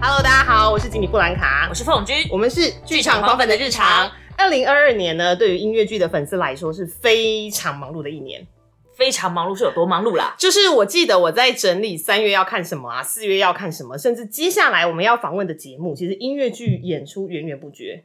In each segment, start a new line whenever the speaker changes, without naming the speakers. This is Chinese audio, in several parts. Hello，大家好，我是吉米布兰卡
我，是凤君，
我们是剧场狂粉的日常。二零二二年呢，对于音乐剧的粉丝来说是非常忙碌的一年。
非常忙碌，是有多忙碌啦？
就是我记得我在整理三月要看什么啊，四月要看什么，甚至接下来我们要访问的节目，其实音乐剧演出源源不绝。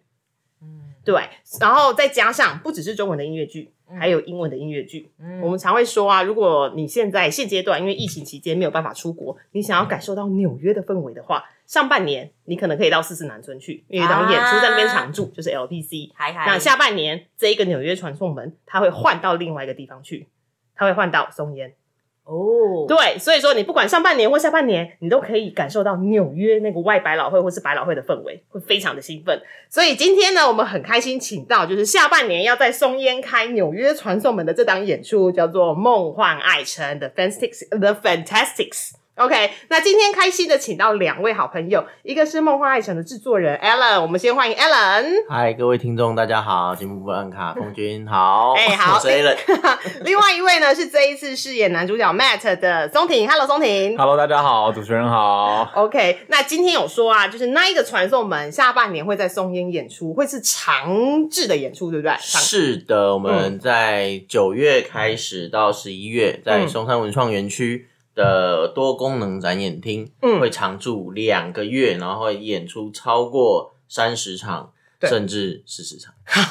嗯
对，然后再加上不只是中文的音乐剧，
嗯
还有英文的音乐剧。
嗯
我们常会说啊，如果你现在现阶段因为疫情期间没有办法出国，你想要感受到纽约的氛围的话，上半年你可能可以到四四南村去，因为导演出在那边常住，
啊
就是 LPC。
嗨嗨，
那下半年这一个纽约传送门，它会换到另外一个地方去，它会换到松烟。
哦，
对，所以说你不管上半年或下半年，你都可以感受到纽约那个外百老汇或是百老汇的氛围，会非常的兴奋。所以今天呢，我们很开心请到就是下半年要在松烟开纽约传送门的这档演出，叫做《梦幻爱城》的 Fantastic The Fantastics。OK，那今天开心的请到两位好朋友，一个是《梦幻爱城》的制作人 Alan，我们先欢迎 Alan。
嗨，各位听众，大家好，节目布兰卡，空军好，
哎好
我是 a l
另外一位呢是这一次饰演男主角 Matt 的松婷，Hello 松婷。
Hello，大家好，主持人好。
OK，那今天有说啊，就是那一个传送门下半年会在松烟演出，会是长制的演出，对不对？长
是的，我们在九月开始到十一月，在
嗯
松山文创园区的多功能展演厅、
嗯
会常驻两个月，然后会演出超过三十场，
对
甚至四十场。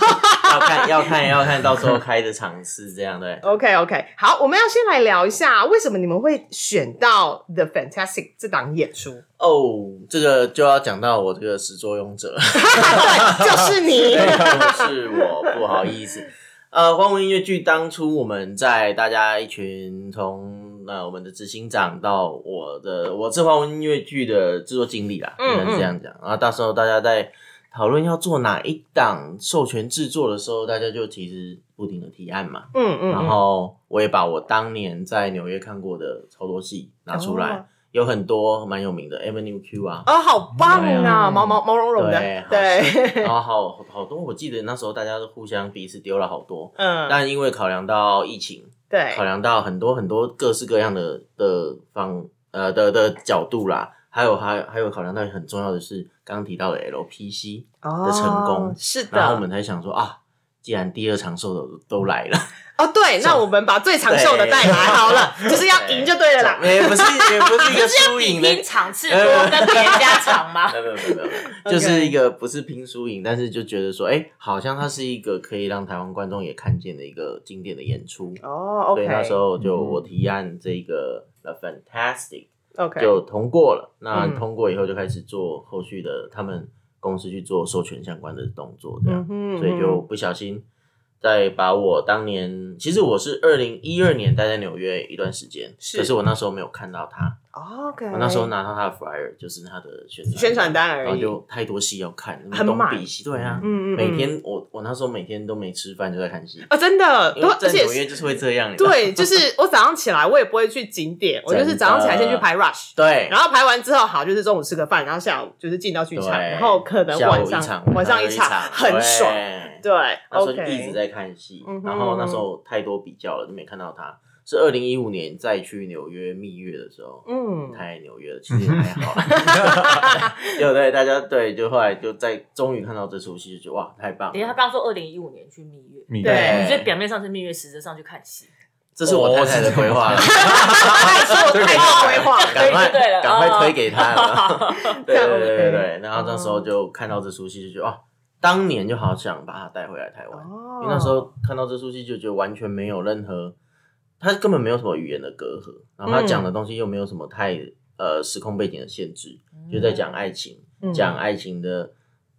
要看要看要看，到时候开的场次这样对。
OK OK，好，我们要先来聊一下为什么你们会选到 The Fantastic 这档演 出，
哦，这个就要讲到我这个始作俑者。
对，就是你，
对是我，不好意思。呃，荒芜音乐剧当初我们在大家一群从呃我们的执行长到我的我是荒芜音乐剧的制作经理啦，
嗯
应该是这样讲。然后到时候大家在讨论要做哪一档授权制作的时候，大家就其实不停的提案嘛。
嗯嗯，
然后我也把我当年在纽约看过的超多戏拿出来，
哦
有很多蛮有名的 Avenue Q 啊，
哦，好棒
对
啊，
啊
毛毛毛茸茸的，
对
对，
然后好好多，我记得那时候大家都互相彼此丢了好多，
嗯，
但因为考量到疫情，
对
考，量到很多很多各式各样的的方呃的的角度啦，还有还还有考量到很重要的是刚刚提到的 LPC，
的
成功
哦是
然后我
的，
们才想说啊，既然第二场兽都都来了，
哦，对，那我们把最 长寿的带来好了， 就是要赢就对了啦，
也不是也 不是一个输
比
赢的
拼。场次多跟别人家场吗？
没有没有没有 没有没有，就是一个不是拼输赢，但是就觉得说，哎、好像它是一个可以让台湾观众也看见的一个经典的演出。
哦
所以
，OK，
那时候就
嗯
我提案这个 The Fantastic
OK，
就通过了。那
嗯
通过以后就开始做后续的他们公司去做授权相关的动作，这样，
嗯哼
所以就不小心再把我当年，其实我是二零一二年待在纽约一段时间，
是
可是我那时候没有看到他，
哦 OK，
我那时候拿到他的 flyer 就是他的宣传
宣传单而已
然后就太多戏要看，
很
东
满
比西对啊，
嗯嗯嗯
每天我我那时候每天都没吃饭就在看戏。
啊，真的，
因为
而
在纽
且
约就是会这样，你知道 吗
对，就是我早上起来，我也不会去景点，我就是早上起来先去排 rush，
对，
然后排完之后，好，就是中午吃个饭，然后下午就是进到剧场，
对
然后可能
下午
晚
一
上
场
晚上
一
场，很爽，
对，
对
那时候就一直
，OK，
在看戏
嗯，哼
然后那时候太多比较了，就没看到他。是二零一五年再去纽约蜜月的时候，
嗯，
太纽约了，其实也还 好。就对大家对，就后来就在终于看到这出戏，就觉得哇，太棒
等一下，他
了！
刚刚说二零一五年去蜜月，
米
对
所以表面上是蜜月，实质上去看戏。
这是我太太的规划了，
太受太受规划，
赶快
对了
赶快
哦
推给 他了。对对对对对，然后那时
哦
候就看到这出戏，就觉得哇，当年就好想把它带回来台湾。因为那时
哦
候看到这出戏就觉得完全没有任何，他根本没有什么语言的隔阂，然后他讲的
嗯
东西又没有什么太呃时空背景的限制，
嗯
就在讲爱情，讲爱情的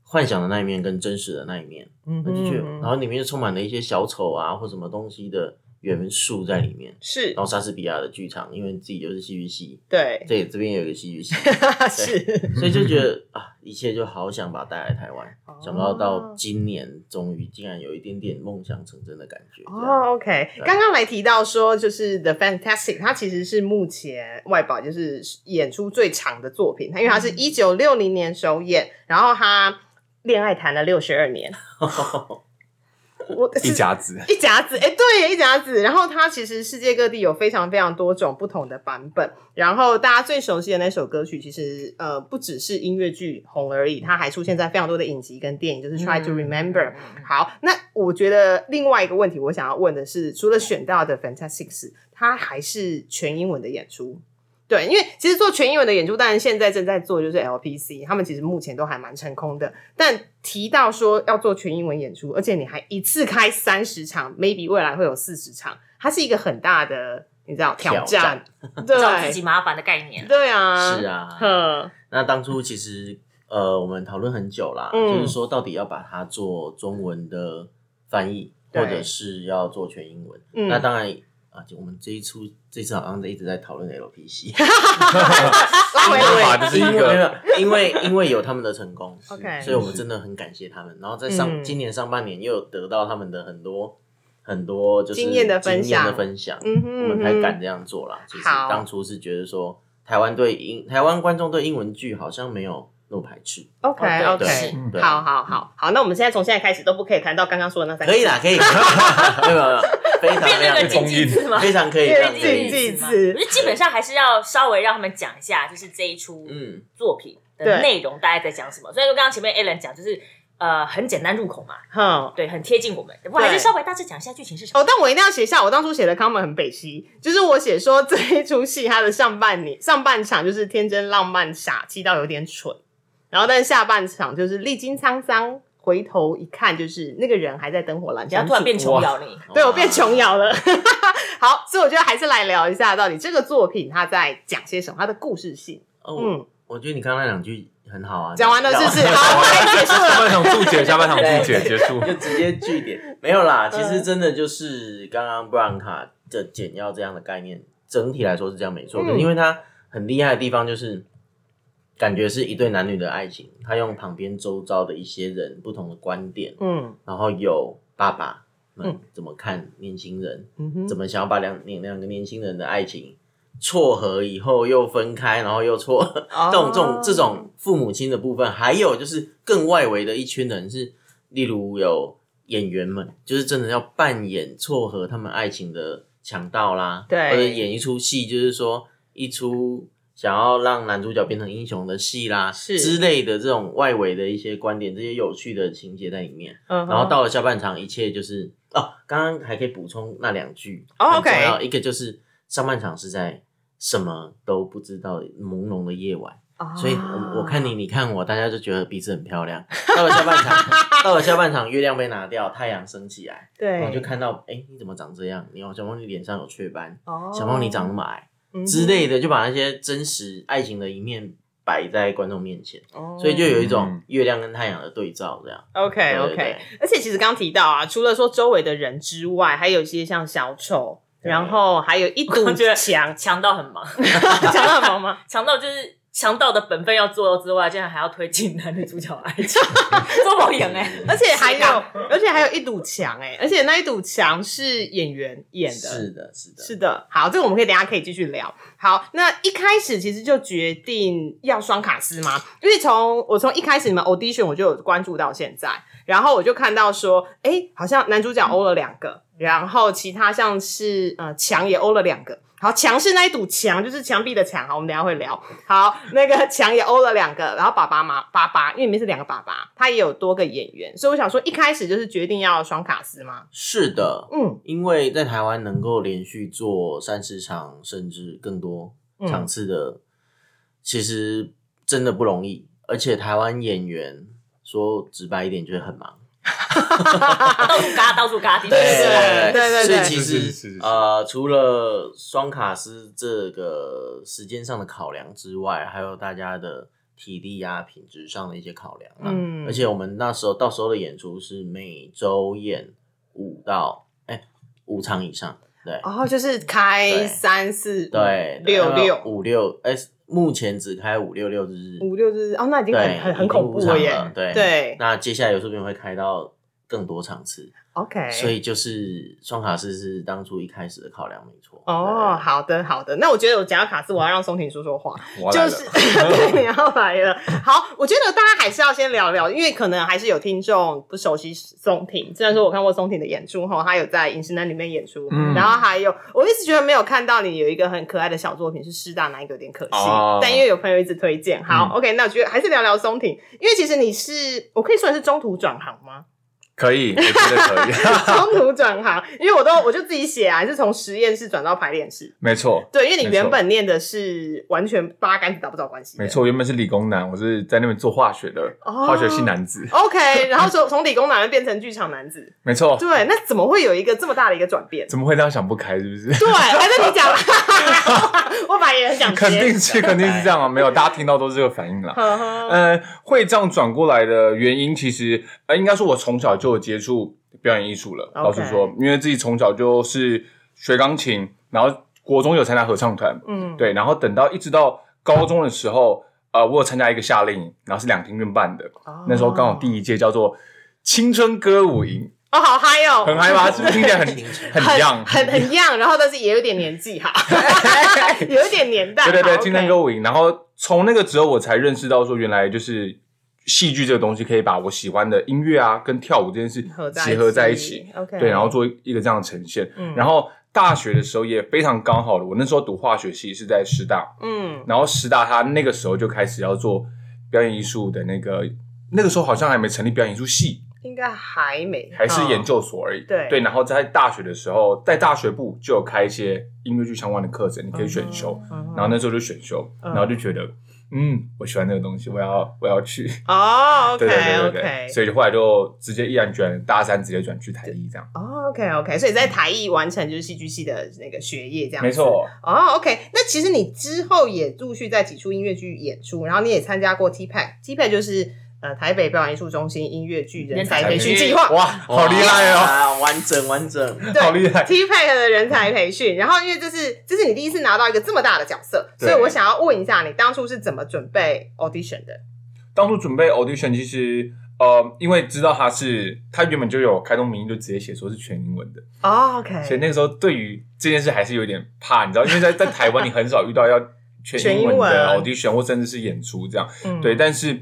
幻想的那一面跟真实的那一面，
嗯
那就觉得，
嗯
然后里面就充满了一些小丑啊或什么东西的元素在里面。
是
然后莎士比亚的剧场，因为自己又是戏剧系，
对，
这这边也有个戏剧系，
是
所以就觉得啊，一切就好想把它带来台湾。
哦
想不到到今年，终于竟然有一点点梦想成真的感觉。这样
哦、o k
对
刚刚来提到说，就是《The Fantastic》，它其实是目前外保就是演出最长的作品，它因为它是一九六零年首演，然后它恋爱谈了六十二年，哦我
一
是
甲子，
一甲子，哎、对耶，一甲子。然后它其实世界各地有非常非常多种不同的版本。然后大家最熟悉的那首歌曲，其实呃不只是音乐剧红而已，它还出现在非常多的影集跟电影，就是《Try to Remember》好，那我觉得另外一个问题，我想要问的是，除了选到的《Fantastic》，它还是全英文的演出。对，因为其实做全英文的演出，当然现在正在做就是 LPC，他们其实目前都还蛮成功的。但提到说要做全英文演出，而且你还一次开三十场，maybe 未来会有四十场，它是一个很大的，你知道挑
挑
战
战，
找自己
对，
麻烦的概念。
对啊，
是，啊，
呵，
那当初其实呃，我们讨论很久啦，
嗯
就是说到底要把它做中文的翻译，
对
或者是要做全英文。
嗯
那当然啊，就我们这一出这次好像一直在讨论 LPC，
拉回
对
来
啊，这是一
因为
个
因为因为有他们的成功
OK
所以我们真的很感谢他们。然后在上、
嗯
今年上半年又有得到他们的很多很多就是
经验的分享
经验的分享，
嗯哼，
我们才
嗯
敢这样做啦。其实
好
当初是觉得说，台湾对英台湾观众对英文剧好像没有那么排斥。
哼 OK
哦对
OK，
是
嗯
对啊
好好好好，那我们现在从现在开始都不可以谈到刚刚说的那三个，
可以啦，，可以， 没有没有没有，非
变
常非
那
常
个经济字吗？
非常可以这样
对
子
经济
吗
字
我觉得基本上还是要稍微让他们讲一下，就是这一出
嗯，
作品
对
的内容大概在讲什么。所以说刚刚前面 Alan 讲就是呃很简单入口嘛，
哼，
对，很贴近我们。我还是稍微大致讲一下剧情是什么。
哦，但我一定要写一下，我当初写的 comment 很北西，就是我写说这一出戏它的上半年上半场就是天真浪漫傻气到有点蠢，然后但是下半场就是历经沧桑，回头一看就是那个人还在灯火阑
你要
珊
突然
处。
变琼瑶你，
对我
哦
变
啊
琼瑶了， 好，所以我觉得还是来聊一下到底这个作品它在讲些什么，它的故事性。
哦，我
嗯，
我觉得你刚刚那两句很好啊，
讲完了是不是？
讲完
好，我们来结束
下
了。
半场注解，下半场注解结束。
就直接据点，没有啦。其实
嗯
真的就是刚刚布朗卡的简要这样的概念，整体来说是这样没错。
嗯
可是因为它很厉害的地方就是，感觉是一对男女的爱情，他用旁边周遭的一些人不同的观点，
嗯
然后有爸爸们
嗯
怎么看年轻人，
嗯哼
怎么想要把两两两个年轻人的爱情撮合以后又分开，然后又撮合，
哦
这种这种这种父母亲的部分，还有就是更外围的一群人是，例如有演员们，就是真的要扮演撮合他们爱情的强盗啦，
对
或者演一出戏，就是说一出。想要让男主角变成英雄的戏啦，
是
之类的这种外围的一些观点，这些有趣的情节在里面。
嗯哼
然后到了下半场，一切就是哦，刚刚还可以补充那两句
哦
很重
OK
要一个就是上半场是在什么都不知道朦胧的夜晚，
哦
所以我我看你，你看我，大家就觉得彼此很漂亮。到了下 半场，到了下半场，月亮被拿掉，太阳升起来，然
对，
后就看到，哎，你怎么长这样？你小梦你脸上有雀斑，
哦
小梦你长那么矮
嗯哼
之类的，就把那些真实爱情的一面摆在观众面前，
哦
所以就有一种
嗯
月亮跟太阳的对照这样。
OK
对对
OK，
对
而且其实刚刚提到啊，除了说周围的人之外，还有一些像小丑，
对
然后还有一堵
我觉得
墙，
强盗很 忙，
讲到什吗？
强盗就是强盗的本分要做之外，竟然还要推进男女主角爱情， 做梦演哎，
而且还有，而且还有一堵墙哎、而且那一堵墙是演员演的，
是的，是的，
是的，好，这个我们可以等一下可以继续聊。好，那一开始其实就决定要双卡司吗？因为从我从一开始你们 audition 我就有关注到现在，然后我就看到说，哎、好像男主角欧了两个，然后其他像是呃墙也欧了两个。好，墙是那一堵墙，就是墙壁的墙。好，我们等一下会聊。好，那个墙也欧了两个，然后爸爸妈爸爸，因为里面是两个爸爸，他也有多个演员，所以我想说，一开始就是决定要双卡司吗？
是的，
嗯，
因为在台湾能够连续做三四场甚至更多
嗯
场次的，其实真的不容易。而且台湾演员说直白一点就是很忙，
到处嘎，到处嘎，的确
对
是。
对对
所以其
是是是
实
是
呃，除了双卡司这个时间上的考量之外，还有大家的体力啊、品质上的一些考量啊。
嗯
而且我们那时候到时候的演出是每周演五到哎五场以上。对
哦，就是开
对
三四
对
六六
五六，哎，目前只开五六六日，
五六日哦，那已经很
对
很
已
很
经
恐怖
无常
了耶
了。对
对
那接下来有说不定会开到更多场次，
，OK，
所以就是双卡式是当初一开始的考量，没错。
哦，好的好的，那我觉得我讲到卡斯，我要让松婷说说话。
我来
就
了
是 对，你要来了。好，我觉得大家还是要先聊聊，因为可能还是有听众不熟悉松婷。虽然说我看过松婷的演出哈，她有在《饮食男》里面演出，
嗯
然后还有我一直觉得没有看到你有一个很可爱的小作品是师大那一个有点可惜，
哦
但因为有朋友一直推荐，好、
嗯
o k 那我觉得还是聊聊松婷，因为其实你是我可以算是中途转行吗？
可以，我觉得 可以，
中途转行，因为我都我就自己写啊，是从实验室转到排练室。
没错。
对，因为你
没错
原本念的是完全八竿子打不着关系的，
没错，原本是理工男，我是在那边做化学的，
哦
化学系男子，
OK，然后从从理工男变成剧场男子，
没错。
对，那怎么会有一个这么大的一个转变？
怎么会这样想不开？是不是？
对，还是你讲吧， 我本来也很想接
肯定是，肯定是这 样啊！没有，大家听到都是这个反应啦。
呵呵
嗯，会这样转过来的原因，其实呃，应该说我从小就有接触表演艺术了。
OK
老实说，因为自己从小就是学钢琴，然后国中有参加合唱团，
嗯，
对，然后等到一直到高中的时候，呃，我有参加一个夏令营，然后是两厅院办的，
哦
那时候刚好第一届叫做青春歌舞营，
哦，好嗨哦，
很 嗨吧？是不是听 起来很很
很
young？
很很 young，然后但是也有点年纪 哈，有一点年代，
对对
好
对，
，OK
青春歌舞营。然后从那个之后，我才认识到说，原来就是戏剧这个东西，可以把我喜欢的音乐啊跟跳舞这件事
合在
结合在一起，
，OK，
对，然后做一个这样的呈现。
嗯
然后大学的时候也非常刚好了，我那时候读化学系是在师大，
嗯
然后师大他那个时候就开始要做表演艺术的那个，那个时候好像还没成立表演艺术系，
应该还没，
还是
嗯
研究所而已。
对
对，然后在大学的时候，在大学部就有开一些音乐剧相关的课程，你可以选修。
嗯
然后那时候就选修，
嗯
然后就觉得，嗯，我喜欢这个东西，我要我要去。
哦
对对对
，OK OK，
对对，所以就后来就直接毅然决然，大三直接转去台艺这样。
哦，OK OK，所以在台艺完成就是戏剧系的那个学业这样，
没。错，
哦，OK，那其实你之后也陆续在几出音乐剧演出，然后你也参加过 E TPAC，TPAC 就是呃台北表演艺术中心音乐剧人才培训计划，
哇，好厉害哦，
啊！完整完整，
对
好厉害。
TPAC 的人才培训。然后因为这是这是你第一次拿到一个这么大的角色，所
对
以我想要问一下你当初是怎么准备 audition 的？
当初准备 audition，其实呃，因为知道他是他原本就有开通名义，就直接写说是全英文的，
哦
所以
，OK，
那个时候对于这件事还是有点怕，你知道，因为在在台湾你很少遇到要全英文的
全英文
audition 或甚至是演出这样，
嗯
对，但是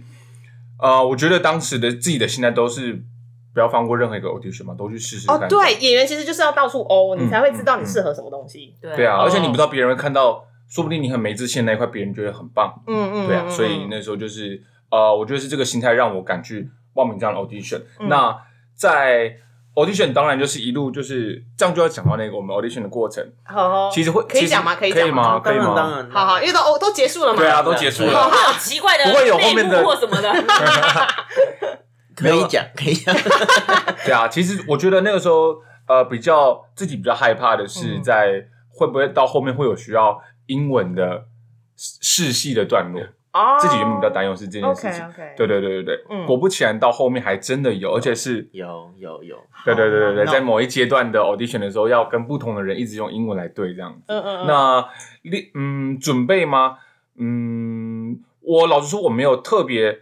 呃，我觉得当时的自己的心态都是不要放过任何一个 audition 嘛，都去试试看。
哦，对，，演员其实就是要到处欧，你
嗯
才会知道你
嗯
适合什么东西。
对啊，
哦
而且你不知道别人会看到，说不定你很没自信的那一块，别人觉得很棒，
嗯嗯，
对啊，
嗯
所以
嗯
那时候就是呃，我觉得是这个心态让我敢去报名这样的 audition。
嗯
那在 audition 当然就是一路就是这样，就要讲到那个我们 audition 的过程，
好哦
其实会
可以
其实
讲吗？可
可
以讲
吗？
吗？
可以
当然当
吗？
然，
好好，因为都欧都结束了嘛。
对啊，都结束
有
哦
了。
没有奇怪的
不会有后面的
内幕或什么的？
可以讲可以讲，
对啊，其实我觉得那个时候，呃，比较自己比较害怕的是
嗯
在会不会到后面会有需要英文的试戏的段落，
哦，
自己原本比较担忧是这件事
OK
情。
OK，
对对对对
嗯
对，果不其然，到后面还真的有，而且是
有有有，
对对对对对，
那
在某一阶段的 audition 的时候，要跟不同的人一直用英文来对这样子。
嗯嗯，嗯
那另嗯，准备吗？嗯，我老实说，我没有特别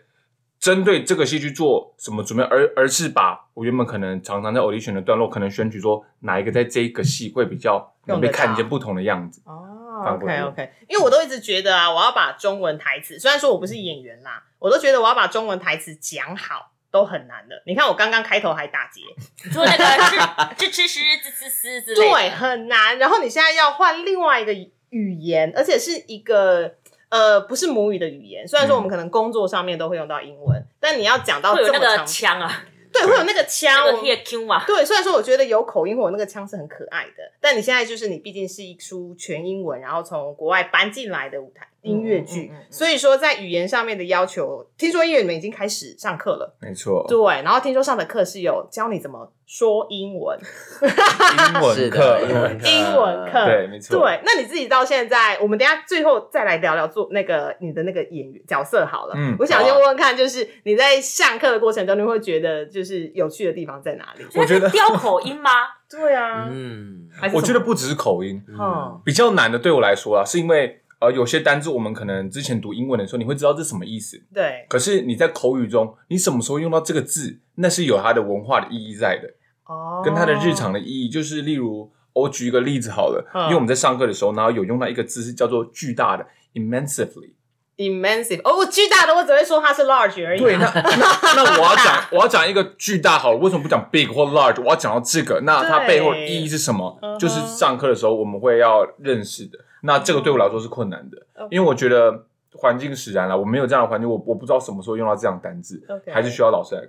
针对这个戏去做什么准备，而而是把我原本可能常常在 audition 的段落，可能选取说哪一个在这一个戏会比较能
用得
被
到
看见不同的样子。
哦
翻过
，OK
来
OK，因为我都一直觉得啊，我要把中文台词，虽然说我不是演员啦，我都觉得我要把中文台词讲好都很难的。你看我刚刚开头还打结，
做那个吱吱吃 吃吱吱吱之类的。
对，很难。然后你现在要换另外一个语言，而且是一个。呃，不是母语的语言，虽然说我们可能工作上面都会用到英文，但你要讲
嗯
到
会有
这
那
么
个
长，
枪啊，
对，会有那个腔，
那
我
个
们
h e Q 啊，
对，虽然说我觉得有口音或有那个腔是很可爱的，但你现在就是你毕竟是一出全英文，然后从国外搬进来的舞台音乐剧
嗯嗯嗯嗯，嗯
所以说在语言上面的要求，听说音乐你们已经开始上课了，
没错，
哦
对，然后听说上的课是有教你怎么说英文，
英
是
文
的，英文
课，
课，
英文课
对，没错，
对，那你自己到现在，我们等一下最后再来聊聊做那个你的那个演员角色好了。
嗯
我想
好啊
先问问看，就是你在上课的过程中，你会觉得就是有趣的地方在哪里？
我觉
那
得
是飙口音吗？
对啊，
嗯，
还是
我觉得
什么，
不只是口音，
嗯，
比较难的对我来说啊，是因为呃有些单字我们可能之前读英文的时候你会知道这什么意思，
对，
可是你在口语中你什么时候用到这个字，那是有它的文化的意义在的。
哦，
跟它的日常的意义，就是例如我举一个例子好了，
嗯
因为我们在上课的时候，然后有用到一个字是叫做巨大的 immensely。
immensive，哦，我巨大的，我只会说它是 large 而已。
对，那那那我要讲我要讲一个巨大好了，为什么不讲 big 或 large？我要讲到这个，那它
对
背后的意义是什么
嗯哼？
就是上课的时候我们会要认识的。那这个对我来说是困难的，
OK
因为我觉得环境使然了，我没有这样的环境，我我不知道什么时候用到这样的单字
OK
还是需要老师来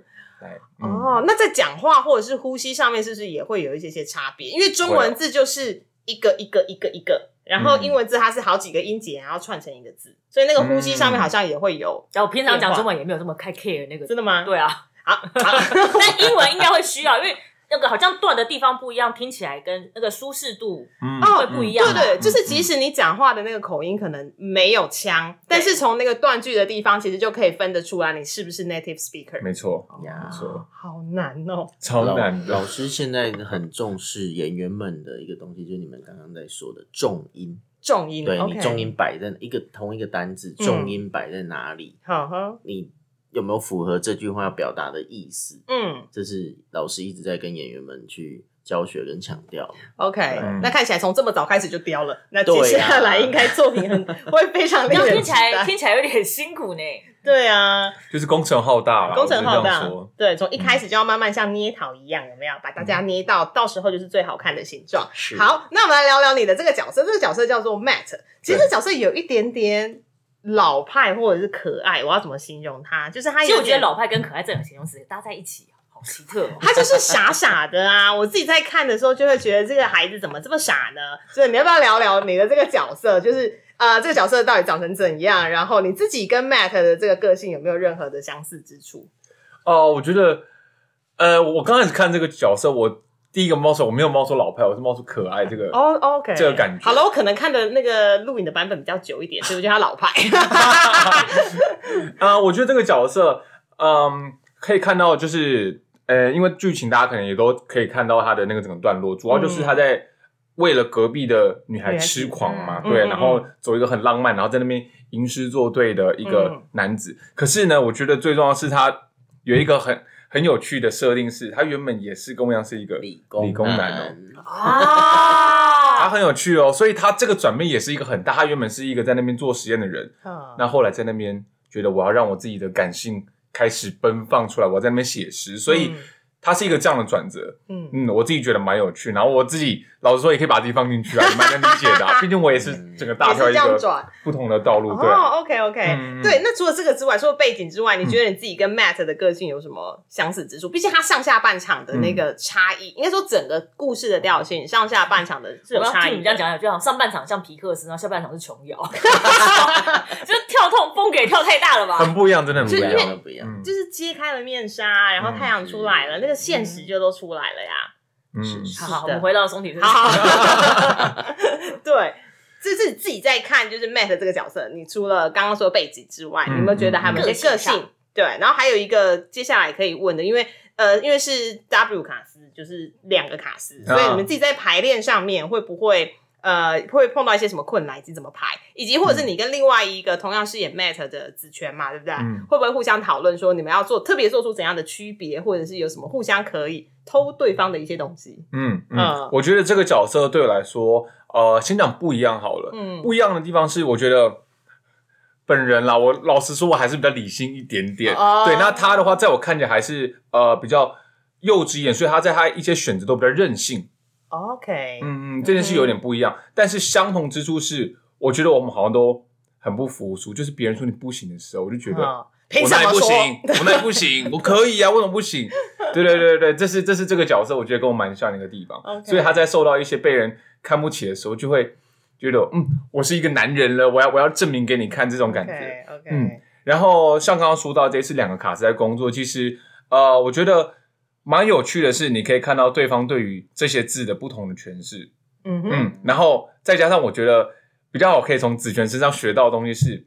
来。嗯
哦，那在讲话或者是呼吸上面，是不是也会有一些些差别？因为中文字就是一个一个一个一个，然后
嗯
英文字它是好几个音节，然后串成一个字，
啊
所以那个呼吸上
嗯
面好像也会有。
然后我平常讲中文也没有这么开 care 那个，
真的吗？
对啊，
好， 好
但英文应该会需要，因为那个好像断的地方不一样，听起来跟那个舒适度
嗯
哦
会不一样嘛。
对对，
嗯
就是即使你讲话的那个口音可能没有腔，但是从那个断句的地方，其实就可以分得出来你是不是 native speaker。
嗯没错，
呀
没错，
好难哦，
超难
老
的。
师现在很重视演员们的一个东西，就是你们刚刚在说的重音，
重音。
对
OK
你重音，摆在一个同一个单字，重音摆在哪里，
好哈，
你有没有符合这句话要表达的意思？
嗯
这是老师一直在跟演员们去教学跟强调。
，OK，
嗯
那看起来从这么早开始就雕了，那接
对啊
下来应该作品很会非常
这
令
样
人
听
期
起来
待。
听起来有点辛苦呢。
对啊，
嗯
就是工程浩大啦，
工程浩
我只能这
大
样说，
对，从一开始就要慢慢像捏陶一样，有没有把大家捏到，到时候就是最好看的形状。
是
好，那我们来聊聊你的这个角色，这个角色叫做 Matt。其实这角色有一点点老派或者是可爱，我要怎么形容他？就是他有，
其实我觉得，老派跟可爱这两个形容词搭在一起，好奇特哦。
他就是傻傻的啊。 我自己在看的时候就会觉得这个孩子怎么这么傻呢？所以你要不要聊聊你的这个角色？就是呃，这个角色到底长成怎样？然后你自己跟 Matt 的这个个性有没有任何的相似之处？
哦，我觉得，呃，我刚开始看这个角色，我第一个冒出我没有冒出老派，我是冒出可爱这个。
哦、o k
这个感觉
好了，我可能看的那个录影的版本比较久一点，所以我觉得他老派。
啊、我觉得这个角色，嗯，可以看到就是，呃，因为剧情大家可能也都可以看到他的那个整个段落，主要就是他在为了隔壁的女孩痴狂嘛，
嗯
对，
嗯
然后走一个很浪漫，然后在那边吟诗作对的一个
嗯
男子。可是呢，我觉得最重要的是他有一个很很有趣的设定是，他原本也是跟我一样是一个
理工
理工男哦。
男哦，
他
啊，
很有趣哦，所以他这个转变也是一个很大。他原本是一个在那边做实验的人，
嗯
那后来在那边觉得我要让我自己的感性开始奔放出来，我要在那边写诗，所以
嗯
他是一个这样的转折。
嗯，
嗯，我自己觉得蛮有趣，然后我自己老实说也可以把自己放进去啊，也蛮能理解的啊、毕竟我也是整个大
也是
跳
这
一
样
个
转。
不同的道路，对啊、
哦，OK OK，、
嗯嗯嗯
对。那除了这个之外，除了背景之外，你觉得你自己跟 Matt 的个性有什么相似之处？毕竟他上下半场的那
嗯
个差异，应该说整个故事的调性，上下半场的是
我
有
要
差
听你们
异的。
这样讲讲，就好像上半场像皮克斯，然后下半场是琼瑶， 就是跳痛风给跳太大了吧？
很不一样，真的很不
不
一
一
就
样。
样，不一样。
嗯
就是揭开了面纱，然后太阳出来了，
嗯
那个现实就都出来了呀。
嗯，
好好，
是
我
的
们回到松 体。
好好， 对，这是自己在看，就是 Matt 这个角色，你除了刚刚说的背景之外，
嗯
你有没有觉得还有一些个
个性
性？对，然后还有一个接下来可以问的，因为呃，因为是 W 卡斯，就是两个卡斯，
啊
所以你们自己在排练上面会不会呃会碰到一些什么困难，以及怎么排，以及或者是你跟另外一个同样饰演 Matt 的子权嘛，对不对？
嗯
会不会互相讨论说你们要做特别做出怎样的区别，或者是有什么互相可以偷对方的一些东西？
嗯
嗯
嗯，我觉得这个角色对我来说，呃，先讲不一样好了。
嗯
不一样的地方是，我觉得本人啦，我老实说，我还是比较理性一点点。
哦
对，那他的话，在我看起来还是呃比较幼稚一点，所以他在他一些选择都比较任性。
，OK，
嗯嗯，这件事有点不一样，但是相同之处是，我觉得我们好像都很不服输，就是别人说你不行的时候，我就觉得。
嗯凭
我
什
那里
么
不
说？
行，我那里不行，我可以啊，为什么不行？对对对对，这是这是这个角色，我觉得跟我蛮像的一个地方
OK
所以他在受到一些被人看不起的时候，就会觉得嗯，我是一个男人了，我要我要证明给你看这种感觉。
OK OK，
嗯然后像刚刚说到这次两个卡司在工作，其实呃，我觉得蛮有趣的是，你可以看到对方对于这些字的不同的诠释。
嗯哼，
嗯，然后再加上我觉得比较好可以从子璇身上学到的东西是。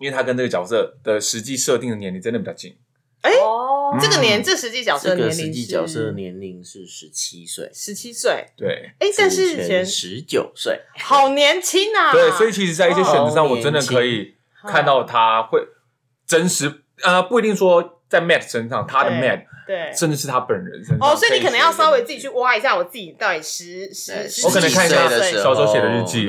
因为他跟这个角色的实际设定的年龄真的比较近，
哦
这个年这实际角色
这
的
个
年
实
龄
际
是
角色年龄是十七岁，
十七岁，
对
哎，但是以前
十九岁，
好年轻啊，
对，所以其实，在一些选择上，
哦
我真的可
年
以看到他会真实，呃，不一定说在 Matt 身上，他的
对
Matt
对。
甚至是他本人身上。
哦，所以你可能要稍微自己
去。
去挖一下，我自己到底十十十
我可能看一下
几岁
的时候
小时候写的日记，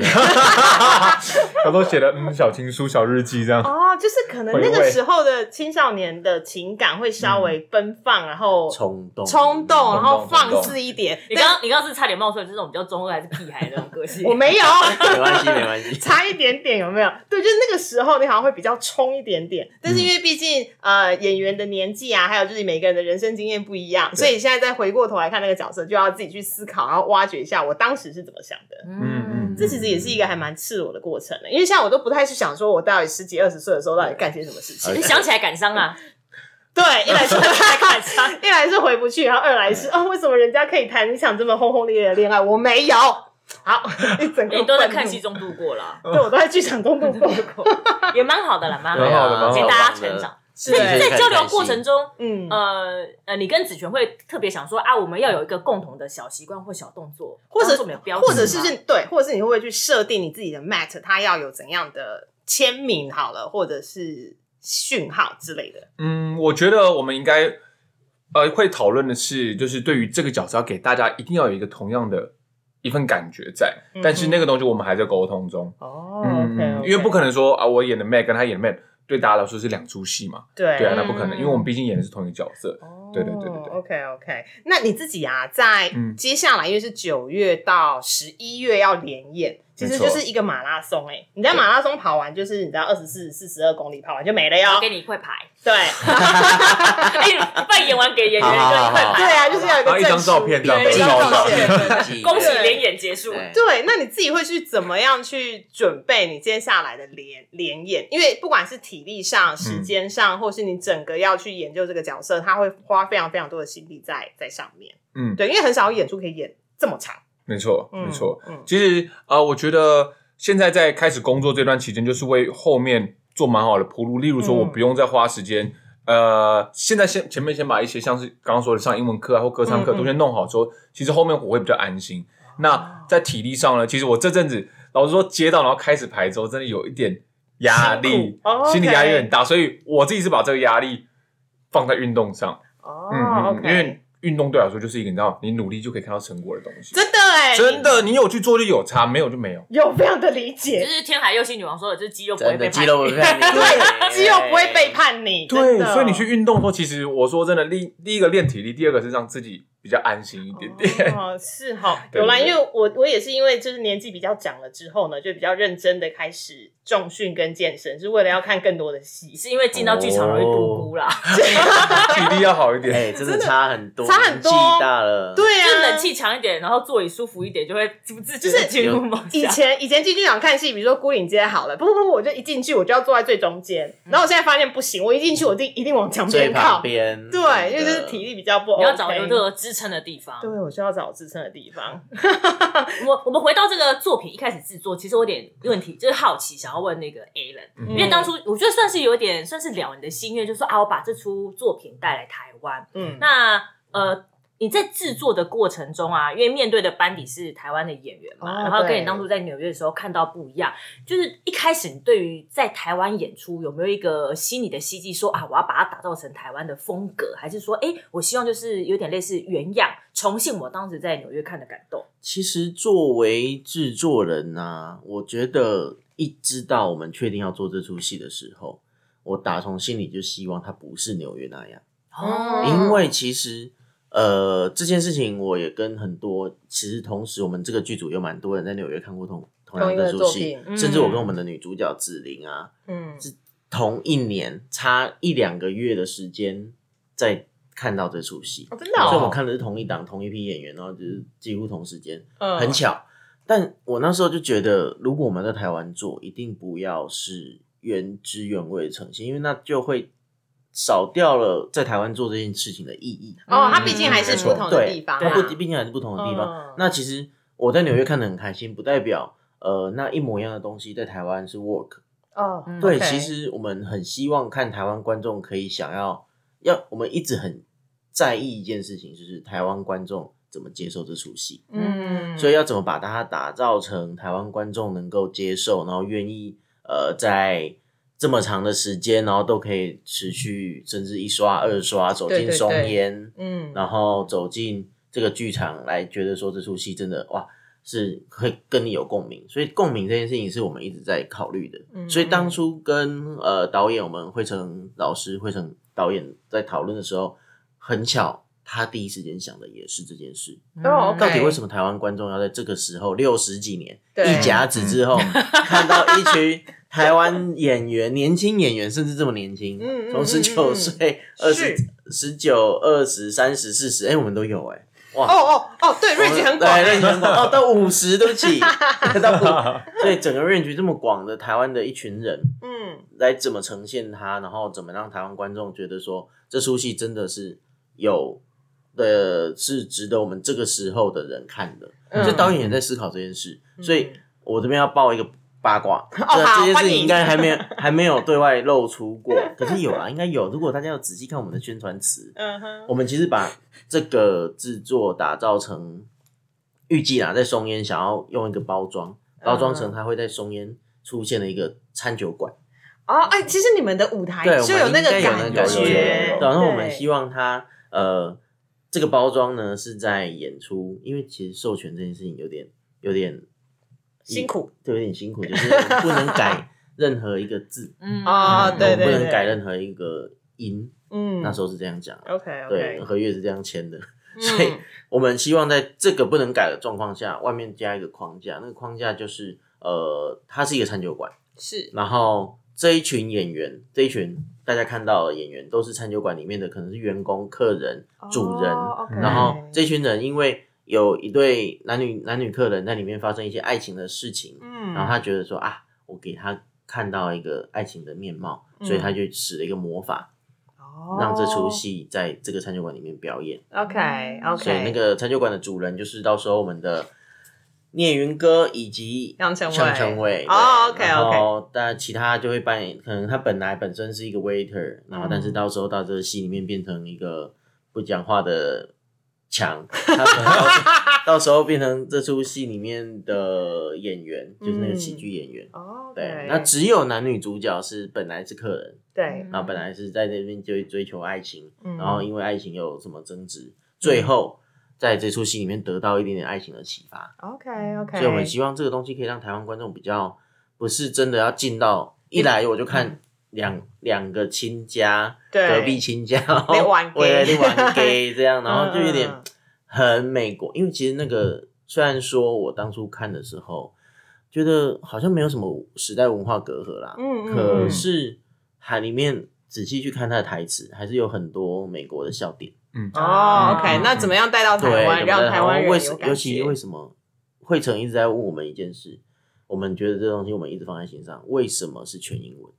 小时候写的嗯小情书、小日记这样。
哦，就是可能那
回
个
味嗯
时候的青少年的情感会稍微奔放，然后
冲动，
冲动，然后
冲动
放肆一点。
你刚刚你刚刚是差点冒出来，就是那种比较中二还是屁孩的那种个性。
我 没有，。
没关系，没关系
差一点点有没有？对，就是那个时候你好像会比较冲一点点，但是因
嗯
为毕竟、呃演员的年纪啊，还有就是每个人的人生经验不一样，所以现在再回过头来看那个角色，就要自己去思考，然后挖掘一下我当时是怎么想的。
嗯嗯
这其实也是一个还蛮赤裸的过程的，因为像我都不太去想说我到底十几二十岁的时候到底干些什么事情。
而
你想起来感伤 啊，
对，一来是
感伤。
一来是回不去，然后二来是啊、为什么人家可以谈一场这么轰轰烈烈的恋爱，我没有？ 好，一整个
你都在
愤怒
看戏，中度过了，啊
对我都在剧场中度 过。
也蛮好的啦，蛮好
对
的。
啊好的蛮好的
给大家成长。
是
对
在
对
在交流过程中，
嗯，
呃呃，你跟子璇会特别想说啊，我们要有一个共同的小习惯或小动作，
或者
当做没有标志吗，
或者是是对，或者是你会不会去设定你自己的 mat，它要有怎样的签名好了，或者是讯号之类的。
嗯，我觉得我们应该呃会讨论的是，就是对于这个角色要给大家一定要有一个同样的一份感觉在，
嗯
但是那个东西我们还在沟通中。
哦
嗯，因为不可能说啊，我演的 Matt 跟他演的 Matt 对大家来说是两出戏嘛，
对哦
对啊，
嗯
那不可能，因为我们毕竟演的是同一个角色。对对对对对
OK OK，那你自己啊，在
嗯
接下来因为是九月到十一月要连演，其实
没错
就是一个马拉松哎、你在马拉松跑完，就是你知道二十四、四十二公里跑完就没了哟
我。给你一块牌，
对
哎，扮演完给演员
好
就
好
一块
好
对
牌，
啊，就是要有
然后
个
一张
证书
照片这样
对一张
照
照
片
片。
恭喜
对
联演结束。
对
对，那你自己会去怎么样去准备你接下来的连连演？因为不管是体力上、
嗯
时间上，或是你整个要去研究这个角色，他会花非常非常多的心力在在上面。
嗯
对，因为很少有演出可以演这么长。
没错，
嗯
没错。
嗯
其实啊、呃我觉得现在在开始工作这段期间，就是为后面做蛮好的铺路。例如说，
嗯
我不用再花时间，呃，现在先前面先把一些像是刚刚说的上英文课啊或歌唱
嗯
课
嗯哦
都先弄好之后，其实后面我会比较安心。那在体力上呢，其实我这阵子老实说接到然后开始排之后，真的有一点压
辛
力
苦，哦
心理
OK
压力很大，所以我自己是把这个压力放在运动上。
哦
嗯嗯嗯
o
因
k
为运动对我来说就是一个你知道，你努力就可以看到成果的东西。
真的哎、
真的，你有去做就有差，没有就没有。
有非常的理
就
解，
是天海佑希女王说的，就是肌肉不会
真
被
的
判
肌肉不会叛逆，对
肌肉不会背。叛你，真的
所以你去运动的时候，其实我说真的，第第一个练体力，第二个是让自己比较安心一点 点。
哦，是哈，
对
有啦，
对
因
对
为我我也是因为就是年纪比较长了之后呢，就比较认真的开始重训跟健身，是为了要看更多的戏，
是因为进到剧场容易度孤啦，
哦
体力要好一点。
哎，真的差很多，
真的差很多
年纪大了，
对
就是
啊，
冷。气强一点，然后座椅舒服一点，就会 不自觉
就
地
是
进入梦
以
乡。
前以前进剧场看戏，比如说《孤岭街》好了，不不不，我就一进去我就要坐在最中间，然后我现在发现不行，我一进去我一定一定往墙
嗯最
边靠
旁，边，
对，因为就是体力比较不哦
你
OK，
要找有这个支撑的地方。
对，我需要找支撑的地方。
我我们回到这个作品一开始制作，其实我有点问题，就是好奇想要问那个 Alan，、
嗯
因为当初我觉得算是有点算是了你的心愿，就是说啊，我把这出作品带来台湾。
嗯，
那呃，你在制作的过程中啊，因为面对的班底是台湾的演员嘛，
哦
然后跟
对
你当初在纽约的时候看到不一样，就是一开始你对于在台湾演出有没有一个心里的希冀说啊，我要把它打造成台湾的风格，还是说，哎，我希望就是有点类似原样，重现我当时在纽约看的感动？
其实作为制作人呐、我觉得一知道我们确定要做这出戏的时候，我打从心里就希望它不是纽约那样，
哦
因为其实呃这件事情我也跟很多，其实同时我们这个剧组有蛮多人在纽约看过同同样这
同一个
出戏
作品，
嗯
甚至我跟我们的女主角子琳啊，
嗯，
同一年差一两个月的时间在看到这出戏。
哦真的哦
所以我们看的是同一档、同一批演员，然后就是几乎同时间，
嗯
很巧。但我那时候就觉得，如果我们在台湾做，一定不要是原汁原味的呈现，因为那就会少掉了在台湾做这件事情的意义。嗯
哦，
嗯
它毕竟还是
没
不
错
同的
对
地，方、啊，
它不，毕竟还是不同的地方。
嗯
那其实我在纽约看的很开心，不代表呃那一模一样的东西在台湾是 work。
哦，
嗯
对
OK
其实我们很希望看台湾观众可以想要要，我们一直很在意一件事情，就是台湾观众怎么接受这出戏。
嗯，
所以要怎么把它打造成台湾观众能够接受，然后愿意呃在这么长的时间，然后都可以持续，甚至一刷、二刷走
对
进
对
松
对
烟，
嗯，
然后走进这个剧场来，觉得说这出戏真的哇是会跟你有共鸣，所以共鸣这件事情是我们一直在考虑的。
嗯
所以当初跟呃导演我们惠成老师、惠成导演在讨论的时候，很巧他第一时间想的也是这件事。
哦，OK
到底为什么台湾观众要在这个时候六十几年
对嗯
一甲子之后，看到一群台湾演员、年轻演员，甚至这么年轻
嗯嗯，
从十九岁、哎二十、十九、二十、三十、四十，哎，我们都有哎，
哦
哇！
哦哦，对，range 很广，
对，range 很广哦，到五十，对不起，到五，所以整个 range 这么广的台湾的一群人，
嗯，
来怎么呈现它，然后怎么让台湾观众觉得说这出戏真的是有的是值得我们这个时候的人看的。
嗯
这导演也在思考这件事，
嗯
所以我这边要爆一个八 卦，这
哦好
这件事
欢迎
情应该 还没有还没有对外露出过，可是有啊，应该有。如果大家有仔细看我们的宣传词，
嗯哼，
我们其实把这个制作打造成预计啦，在松烟想要用一个包装，
嗯
包装成它会在松烟出现的一个餐酒馆。
哦，哎，其实你们的舞台
对，
哎就
我们
那个
应该有那
感
个
感觉
觉
有有有有，
然后我们希望它呃，这个包装呢是在演出，因为其实授权这件事情有点有点
辛苦
对，有点辛苦，就是我们不能改任何一个字，
嗯
啊
嗯
对
我们
对
不
对
能改任何一个音。
嗯，
那时候是这样讲，啊
OK
对，
OK，
合约是这样签的。
嗯
所以我们希望在这个不能改的状况下，外面加一个框架，那个框架就是呃，它是一个餐酒馆。
是
然后这一群演员，这一群大家看到的演员，都是餐酒馆里面的，可能是员工、客人、主人。
哦，OK
然后这群人因为有一对男女男女客人在里面发生一些爱情的事情，
嗯，
然后他觉得说啊，我给他看到一个爱情的面貌，所以他就使了一个魔法，
嗯哦
让这出戏在这个餐酒馆里面表演。
OK
所以
OK，
那个餐酒馆的主人就是到时候我们的聂云哥以及
杨成伟
向成伟
哦
对
OK，OK
然后但其他就会扮演，可能他本来本身是一个 waiter，然后但
嗯
是到时候到这个戏里面变成一个不讲话的强，他可 能到时候到时候变成这出戏里面的演员，就是那个喜剧演员。
哦，
对，那只有男女主角是本来是客人，
对，
然后本来是在那边追追求爱情，
嗯
然后因为爱情有什么争执，最后在这出戏里面得到一点点爱情的启发，
OK OK，
所以我们希望这个东西可以让台湾观众比较不是真的要进到一来我就
嗯
看两两个亲家
对
隔壁 亲家，然后
在 玩 gay
我在那玩 gay 这 样，
嗯
然后就有点
嗯
很美国，因为其实那个虽然说我当初看的时候觉得好像没有什么时代文化隔阂啦，
嗯嗯
可
嗯
是它里面仔细去看它的台词，还是有很多美国的笑点。
嗯
啊
哦，OK，那怎么样带到
嗯对，
台湾，
怎么
让
在
台湾人
为什
有感
尤其
觉？
为什么惠成一直在问我们一件事，我们觉得这东西我们一直放在心上，为什么是全英文？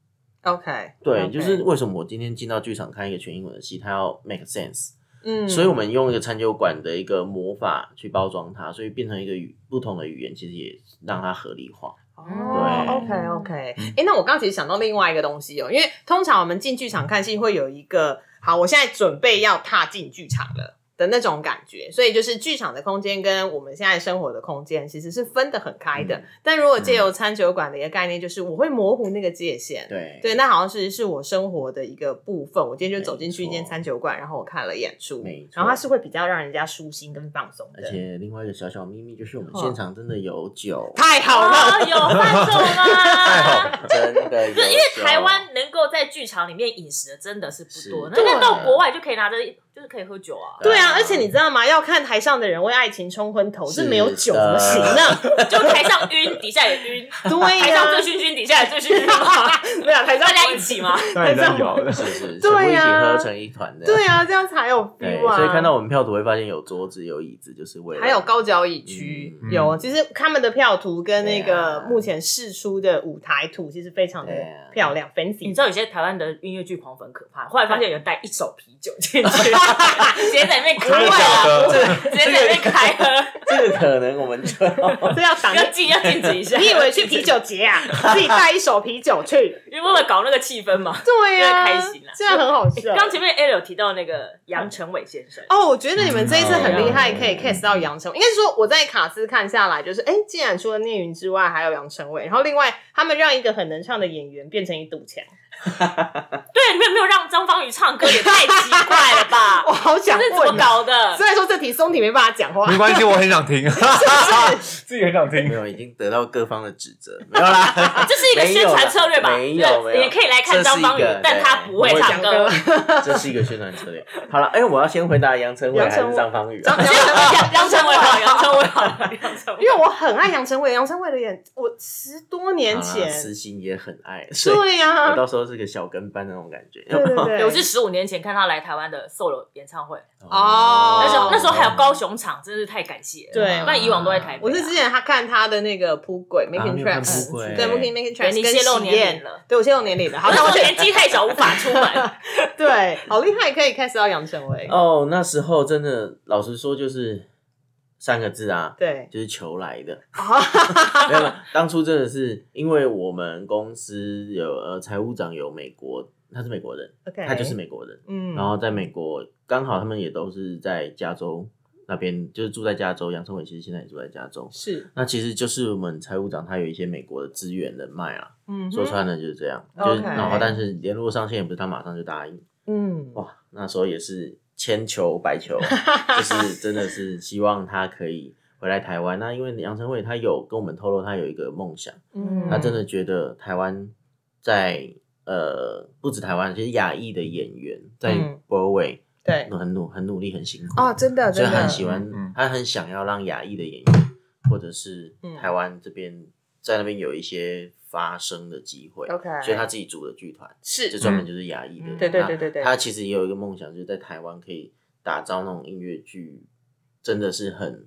OK，
对
OK
就是为什么我今天进到剧场看一个全英文的戏，它要 make sense。
嗯，
所以我们用一个餐酒馆的一个魔法去包装它，所以变成一个语不同的语言，其实也让它合理化。
哦
对嗯
，OK OK，哎、诶那我刚刚其实想到另外一个东西哦，因为通常我们进剧场看戏会有一个，好，我现在准备要踏进剧场了的那种感觉，所以就是剧场的空间跟我们现在生活的空间其实是分得很开的。
嗯
但如果借由餐酒馆的一个概念，就是我会模糊那个界限，
对
对，那好像是是我生活的一个部分。我今天就走进去一间
没错
餐酒馆，然后我看了演出
没，错
然后它是会比较让人家舒心跟放松
而
的。
且另外一个小小秘密就是，我们
哦
现场真的有酒，哦
太好了，
啊有伴奏
啊
太好
吗？
了
真 的有
不
酒。
是因为台湾能够在剧场里面饮食的真的是不多，
是
那那
对
到国外就可以拿着，就是可以喝酒啊。
对啊，啊，而且你知道吗？要看台上的人为爱情冲昏头，
是
这没有酒怎么行呢？
就台上晕，底下也 晕，
啊
对
台
呀、
上醉醺醺，底下也醉醺 醺，
没有台上
大家一起嘛。
哎
那你在摇 的，
是是，
对
全部一起
啊
喝成一团的。
对啊， 这样才有
对，
feel 啊。
所以看到我们票图会发现有桌子有椅子，就是为了
还有高脚椅区、
嗯
有，啊其实他们的票图跟那
对
个
啊
目前试出的舞台图其实非常的
对啊
漂亮、
你
fancy。
知道有些台湾的音乐剧狂粉可怕，后来发现有人带一手啤酒进去， 直接在里面开
真的假
喝，啊
的？
直接在里面开喝，
这个可能我们就 要
这要挡
要禁要禁止一下。
你以为去啤酒节啊？自己带一手啤酒去？
因为为了搞那个气氛嘛？
对呀、啊，
因为开心啦
这样很好笑。
刚前面 L 有提到那个杨成伟先生，
哦，我觉得你们这一次很厉害，
嗯
可以 cast 到杨成。应该是说我在卡斯看下来，就是哎，诶竟然除了聂云之外，还有杨成伟，然后另外他们让一个很能唱的演员变成一堵墙，？
对，没有没有让张方宇唱歌也太奇怪了吧
我好
这
想
啊
是怎么
问。哦
搞的？
虽然说这题松体没办法讲话，
没关系，我很 想听，自己很想
没
听。
有已经得到各方的指责，没有啦，
这是一个宣传策略吧？
没有
对
没有
也可以来看张方宇
这是一个，
但他不会唱
对
歌
不会。
这是一个宣传策略。好了，哎，我要先回答杨成伟
杨
还
成
是张方宇 啊？
张
杨杨 杨成伟好，杨成伟好， 杨成伟
因为我很爱杨成伟，杨成伟的演我十多年
好啦
前，
私心也很爱，所以
对呀、
啊
我到时候是个小跟班的那种感觉。哦
对对对，
好。我是十五年前看他来台湾的 solo 演唱会，
哦
那时候那时候还有高雄场，真是太感谢了。
对
不然以往都在台北啊。
我是之前他看他的那个扑鬼 Making
你有看
Tracks，
扑鬼
对 Making
对
Making Tracks，
你
跟
泄露
喜
年
宴
龄 了，
对我泄露年龄了，好哦
好像
像我
我
觉得
年纪太小无法出门，
对，好厉害，可以 cast 到杨成伟，
哦，那时候真的，老实说就是三个字啊，
对，
就是求来 的。
啊
哦
没有，当初真的是因为我们公司有呃财务长有美国，他是美国人，
，OK，
他就是美国人，
嗯，
然后在美国刚好他们也都是在加州那边，就是住在加州。杨成伟其实现在也住在加州，
是，
那其实就是我们财务长他有一些美国的资源人脉啊，
嗯哼，
说穿了就是这样，
OK
就是然后但是联络上线也不是他马上就答应，
嗯，
哇，那时候也是千求百求，就是 真的是希望他可以回来台湾。那因为杨成伟他有跟我们透露，他有一个梦想，
嗯，
他真的觉得台湾在呃不止台湾，其实亚裔的演员在
嗯
Broadway、
对，
很努很努力很辛苦
哦，真的，
所以
真
很
的，
喜欢，
嗯
他很想要让亚裔的演员或者是
嗯
台湾这边在那边有一些发声的机会。
OK，
所以他自己组的剧团就是专门就是亚裔的。
嗯
对对
那
对对对
他其实也有一个梦想，就是在台湾可以打造那种音乐剧，真的是很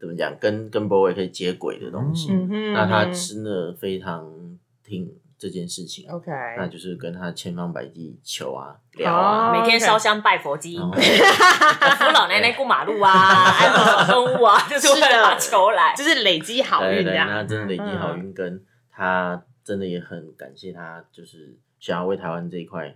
怎么讲，跟跟 Broadway 可以接轨的东西。
嗯哼，
那他
嗯哼
真的非常听这件事情，
OK，
那就是跟他千方百计求啊聊啊，
每天
OK
烧香拜佛经
然，后
扶老奶奶过马路啊，安抚小动物 啊，就是为了把球来。
就是累积 好嗯
对
运
对，
这样，
那真的累积好运，跟他真的也很感谢他，就是想要为台湾这一块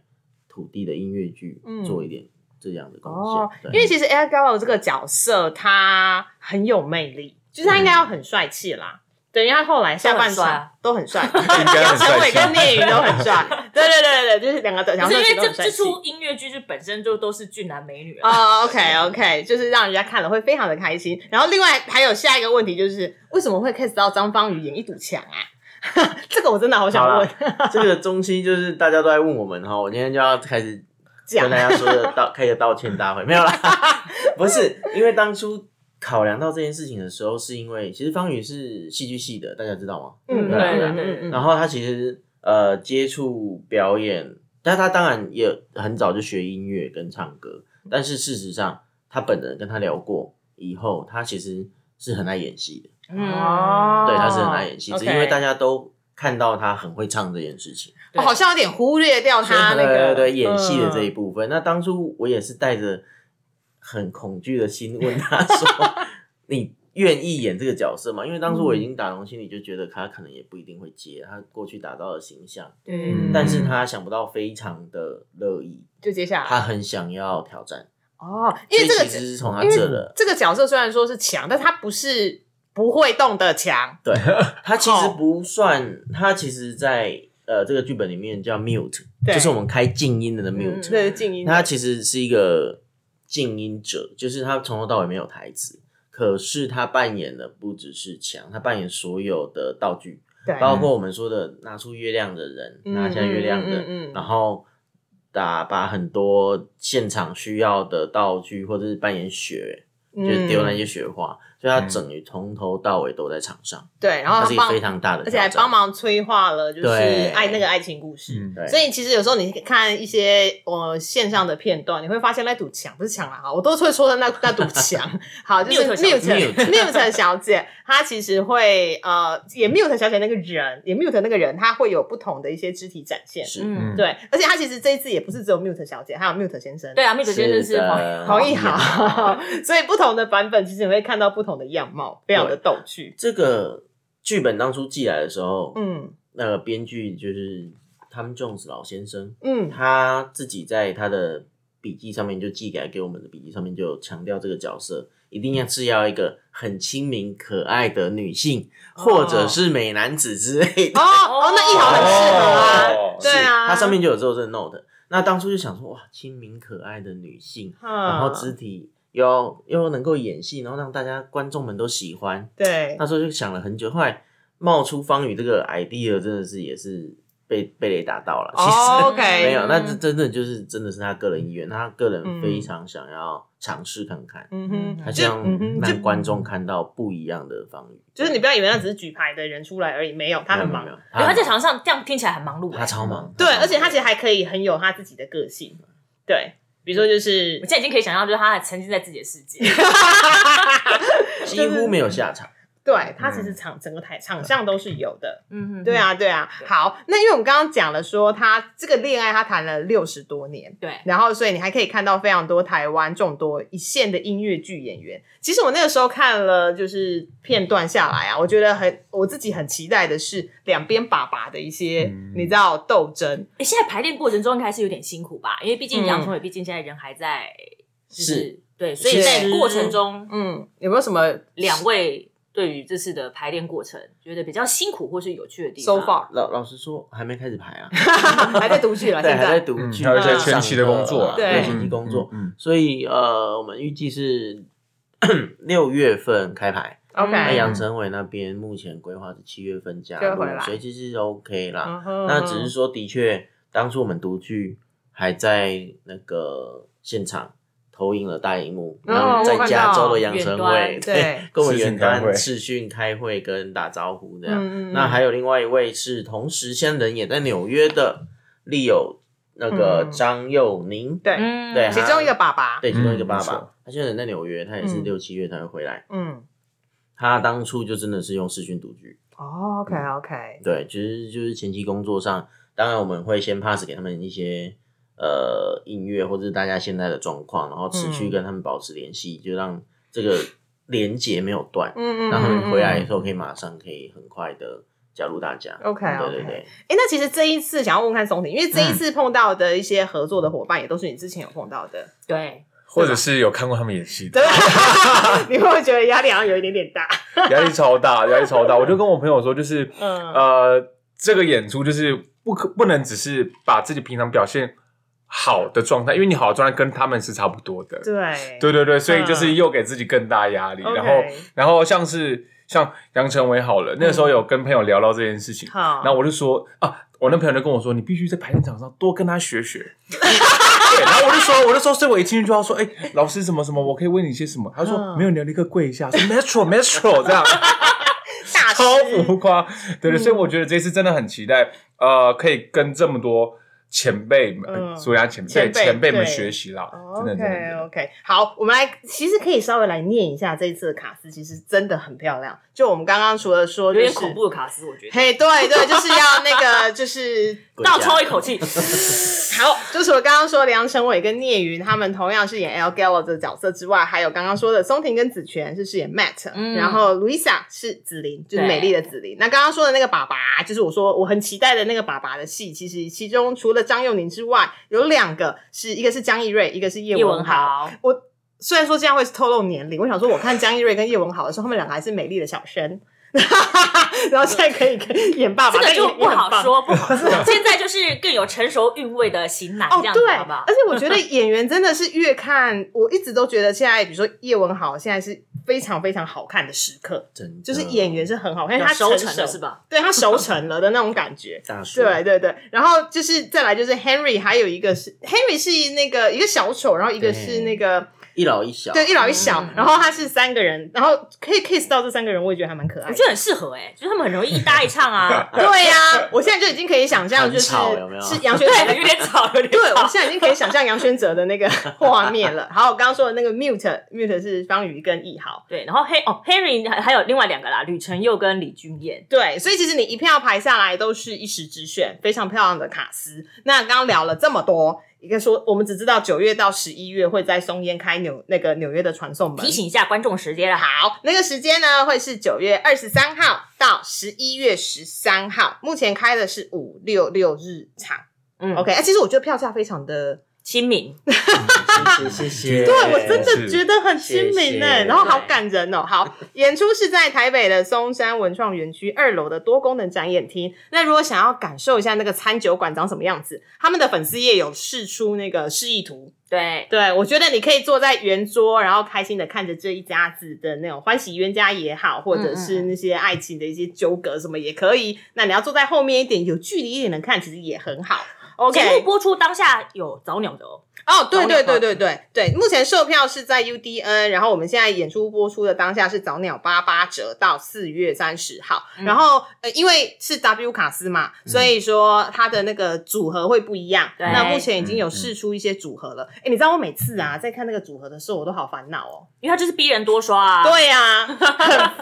土地的音乐剧
嗯
做一点这样的贡
哦
献，，对
因为其实 Air g a l o 这个角色他很有魅力，就是
嗯
他应该要很帅气啦。等于他后来下半场都很 帅，
该
杨
很帅
成伟跟聂云都很帅，对对对对对，就是两个角
不
色
是因为
都
这
很帅
这
气。
出音乐剧就本身就都是俊男美女啊，
哦，OK，OK、o k OK，就是让人家看了会非常的开心。然后另外还有下一个问题就是，为什么会 cast 到张方宇演一堵墙啊？ 这个我真的好想
好
问
啦，这个东西就是大家都在问我们哈，我今天就要开始
讲
跟大家说的道开个道歉大会，没 有啦，不是因为当初考量到这件事情的时候，是因为其实方宇是戏剧系的，大家知道吗？
嗯，
对
嗯
对
啊
嗯
对
嗯嗯
然后他其实呃接触表演，但他当然也很早就学音乐跟唱歌，但是事实上他本人跟他聊过以后，他其实是很爱演戏的，
嗯
哦
对，他是很爱演戏，只是因
OK
为大家都看到他很会唱这件事情。
我好像有点忽略掉他那
对
个
对对演戏的这一
嗯
部分。那当初我也是带着很恐惧的心问 他说：“你愿意演这个角色吗？”因为当初
嗯
我已经打从心里就觉得他可能也不一定会接他过去打造的形象，
嗯，
但是他想不到非常的乐意，
就接下来
他很想要挑战，
哦，因为这
所
个
以其实是从他
因为
这的。
这个角色虽然说是强，但他不是不会动的强。
对他其实不算，他其实在呃这个剧本里面叫 mute，
对嗯
就是我们开静音的的 mute，、
这是静音的。
他其实是一个静音者，就是他从头到尾没有台词，可是他扮演的不只是墙，他扮演所有的道具，
对
包括我们说的拿出月亮的人，
嗯
拿下月亮的，
嗯嗯嗯嗯
然后。打把很多现场需要的道具或者是扮演雪， 就是丢
嗯
那些雪花，所以他整于从头到尾都在场上，
对，然
它
后他
是一个
帮
非，常大的
而
挑
且
战，
还帮忙催化了，就是
对
爱那个爱情故事。
嗯，
对，
所以其实有时候你看一些呃线上的片段，你会发现那堵墙不是墙啦，哈，我都会说的那那堵 墙，好，就是
Mute 小
mute
Mute
mute 小姐，她其实会呃也 mute 小姐那个人，也 mute 那个人，她会有不同的一些肢体展现，
是
嗯，
对，而且她其实这一次也不是只有 mute 小姐，还有 mute 先生，
对啊，蜜雪先生是黄
的
黄奕豪， 所以不同的版本其实你会看到不同的样貌，非常的逗趣，
这个剧本当初寄来的时候，
嗯
那个编剧就是汤 o m Jones 老先生，
嗯
他自己在他的笔记上面就寄给给我们的笔记上面就有强调这个角色一定要
嗯
是要一个很亲民可爱的女性，或者是美男子之类的。
哦哦，那一豪很适合啊，
哦
对啊，
它上面就有做这个 note。那当初就想说，哇，亲民可爱的女性，然
然
后肢体又又能够演戏，然后让大家观众们都喜欢。
对
那时候就想了很久，后来冒出方宇这个 idea 真的是也是被被雷打到了。其实、
哦 OK
没有，那这真的就是真的是他个人意愿，他个人非常想要尝试看看，
嗯哼，
他
就
希
嗯哼
望
就
让观众看到不一样的方宇。
就是你不要以为那只是举牌的人出来而已，没有，他很忙
没有，。没有
他在场上这样听起来很忙碌欸。
他超忙，
对，
超忙
而且他其实还可以很有他自己的个性，对，比如说就是
我现在已经可以想象，就是他还沉浸在自己的世 界。
几乎没有下场。
对他
嗯
其实场整个台场上都是有的，
嗯，
对，啊，对啊。好，那因为我们刚刚讲了说他这个恋爱他谈了六十多年，
对，
然后，所以你还可以看到非常多台湾众多一线的音乐剧演员。其实我那个时候看了就是片段下来啊，我觉得很我自己很期待的是两边爸爸的一些、
嗯
你知道斗争，
欸现在排练过程中应该是有点辛苦吧，因为毕
嗯
竟杨宗纬，毕竟现在人还在，就是对，所以在过程中，
嗯，有没有什么
啊
两位对于这次的排练过程，觉得比较辛苦或是有趣的地
so
方？
far
老老实说，还没开始排 啊，
还在读剧了？
对，
啊现
还在
在
读
嗯
剧，
还有一些
上
前期的工作啊
对
对，
嗯
前期工作。
嗯，
所以呃，我们预计是 六月份开牌。那
哎
，OK，
呀
杨成伟那边目前规划是七月份加
嗯就
入
回来，
所以其实是 OK 啦。
嗯哼
那只是说，的确，当初我们独剧还在那个现场投影了大荧幕，
嗯
然后在加州的杨
我看
成
到
伟
远端
对
跟我们
视讯
远
开会
端视讯开会跟打招呼这样。
嗯嗯嗯
那还有另外一位是同时现在人也在纽约的利友，那个
嗯
张佑宁，
对，
嗯，
对啊
其中一个爸爸，
对，其中一个
嗯
爸
没错
爸，他现在人在纽约，他也是
嗯
六七月才会回来。
嗯
他当初就真的是用视讯独居，
，OK OK，
对，其实就是前期工作上，当然我们会先 pass 给他们一些呃音乐或者是大家现在的状况，然后持续
嗯
跟他们保持联系，就让这个连接没有断，
嗯嗯，
让他们回
嗯
来的时候可以马上可以很快的加入大家。
OK，OK
对对对，
哎、那其实这一次想要问看松婷，因为这一
嗯
次碰到的一些合作的伙伴，也都是你之前有碰到的，
对，
或者是有看过他们演戏的
对， 你会不会觉得压力好像有一点点大？
压力超大，压力超大。我就跟我朋友说，就是
嗯
呃，这个演出就是不可不能只是把自己平常表现好的状态，因为你好的状态跟他们是差不多的。
对
对对对，所以就
嗯
是又给自己更大压力。
OK
然后然后像是像杨成伟好了，那时候有跟朋友聊到这件事情，
嗯好，
然后我就说啊，我那朋友就跟我说，你必须在排练场上多跟他学学。 对，然后我就说，我就说，所以我一进去就要说，哎、老师什么什么，我可以问你些什么？他说、
嗯
没有，你要立刻跪一下，说 metro metro 这样，
大师
超浮夸。对对，所以我觉得这次真的很期待，呃，可以跟这么多前辈
嗯
们，所以前
前
辈
辈
前辈们
对
学习啦，真的真的。真
OK
的
OK，好，我们来，其实可以稍微来念一下这一次的卡斯，其实真的很漂亮。就我们刚刚除了说、
有
就
点
是，
恐怖的卡斯，我 觉得。
嘿，对对，就是要那个，就是
滚
倒
家
抽一口 气，
好，就是我刚刚说梁晨伟跟聂云他们同样是演 L Gallo 这个角色之外，还有刚刚说的松婷跟子权是饰演 Matt，、
嗯
然后 Luisa 是紫菱，就是美丽的紫菱。那刚刚说的那个爸
啊
爸，就是我说我很期待的那个爸爸的戏，其实其中除了张幼宁之外，有两个是一个是江逸瑞，一个是叶
叶文
文豪。
豪，
我虽然说这样会透露年龄，我想说我看江逸瑞跟叶文豪的时候，他们两个还是美丽的小生。
然后现在可以可以演爸爸，
这个
但
就
演
不好。
演很棒
说，不好说。现在就是更有成熟韵味的型男
哦
这，样子，
对，
好不好
而？且我觉得演员真的是越看，我一直都觉得现在，比如说叶文豪，现在是非常非常好看的时刻，
真的
就是演员是很好看，因为
嗯有
他
熟
成
成了是
吧？
吧？
对他熟哎成了的那种感 觉。
大叔，
对对对，然后就是再来就是 Henry，还有一个是 Henry 是那个一个小丑，然后一个是
对
那个
一老一小，
对一老一小，
嗯
然后他是三个人，然后可以 kiss 到这三个人，我也觉得还蛮可爱
我
的。
觉。得很适合哎，就是他们很容易一搭一唱啊
对呀、我现在就已经可以想象，就是
很吵有没有
是杨 轩哲
对，有点吵，有点
对，我
吵。
现在已经可以想象杨轩哲的那个画面了。好，我刚刚说的那个 mute mute 是方宇跟易豪。
对，然后黑哦，Henry 还还有另外两个啦，吕承佑跟李俊彦。
对，所以其实你一票排下来都是一时之选，非常漂亮的卡司。那刚刚聊了这么多，一个说我们只知道九月到十一月会在松烟开纽那个纽约的传送门
提。醒一下观众时间了啊哈，
好，那个时间呢会是九月二十三号到十一月十三号，目前开的是五六六日场。
嗯
OK，哎、其实我觉得票价非常的，
亲民。
谢谢谢谢，
对
对
我
哦
真的
是
觉得很亲民呢、
谢谢
然后好
对
感人哦、好，演出是在台北的松山文创园区二楼的多功能展演厅。那如果想要感受一下那个餐酒馆长什么样子，他们的粉丝页有试出那个示意图。
对，
对我觉得你可以坐在圆桌，然后开心的看着这一家子的那种欢喜冤家也好，或者是那些爱情的一些纠葛什么也可以。那你要坐在后面一点，有距离一点的看，其实也很好。OK，
节目播出当下有早鸟的哦。
哦，对对
早鸟
对
吧
对对对，目前售票是在 UDN，然后我们现在演出播出的当下是早鸟八八折到四月三十号，然后呃，因为是 W 卡斯嘛，所以说它的那个组合会不一样。
对
那目前已经有试出一些组合了。哎、你知道我每次啊在看那个组合的时候，我都好烦恼哦。
因为他就是逼人多刷啊。，
对呀、很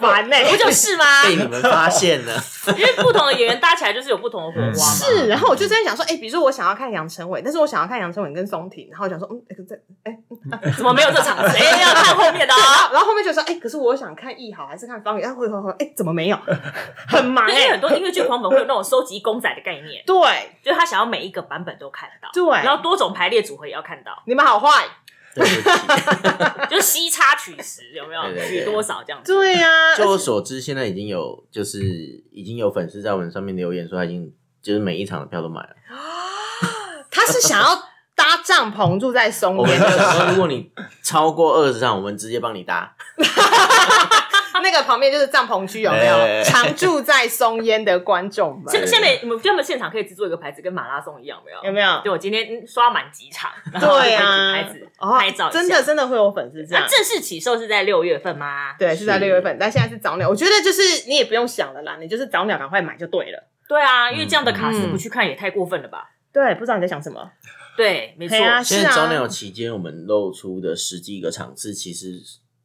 烦呢、
不就是吗？
啊
被你们发现了，
因为不同的演员搭起来就是有不同的火花 嘛。
是，然后我就在想说，哎、比如说我想要看杨成伟，但是我想要看杨成伟跟松婷，然后我想说，嗯，哎、这
怎么没有这场子？哎，要看后面
对，
的
然
啊。
后然后后面就说，嗯 哎、可是我想看艺好还是看方宇？哎、回回回，哎、怎么没有？很忙
因为
哎、
很多音乐剧狂粉会有那种收集公仔的概念，
对
就是他想要每一个版本都看到，
对，
然后多种排列组合也要看 到，
你们好坏，
对不起。
就是西差取十有没有
对对对
取多少这样子。
对啊呀、
就我所知，现在已经有就是已经有粉丝在我们上面留言说，他已经就是每一场的票都买了。
他是想要搭帐篷住在松
我们
烟
就，说，如果你超过二十场，我们直接帮你搭。
那个旁边就是帐篷区，有没有？
哎
常住在松烟的观众们
下下面我们他们现场可以制作一个牌子，跟马拉松一样，有没有？
有没有？
对我今天嗯刷满几场，然后
对啊，
牌子
哦
拍照一下
真的真的会有粉丝这
啊，
样。
正式起售是在六月份吗？
对，是在
是
六月份，但现在是早鸟。我觉得就是你也不用想了啦，你就是早鸟赶快买就对了。
对啊，因为这样的卡司
嗯
不去看也太过分了吧？
对，不知道你在想什么。
对，没错
对，啊，
现
是
在早
啊，
鸟期间，我们露出的十几个场次，其实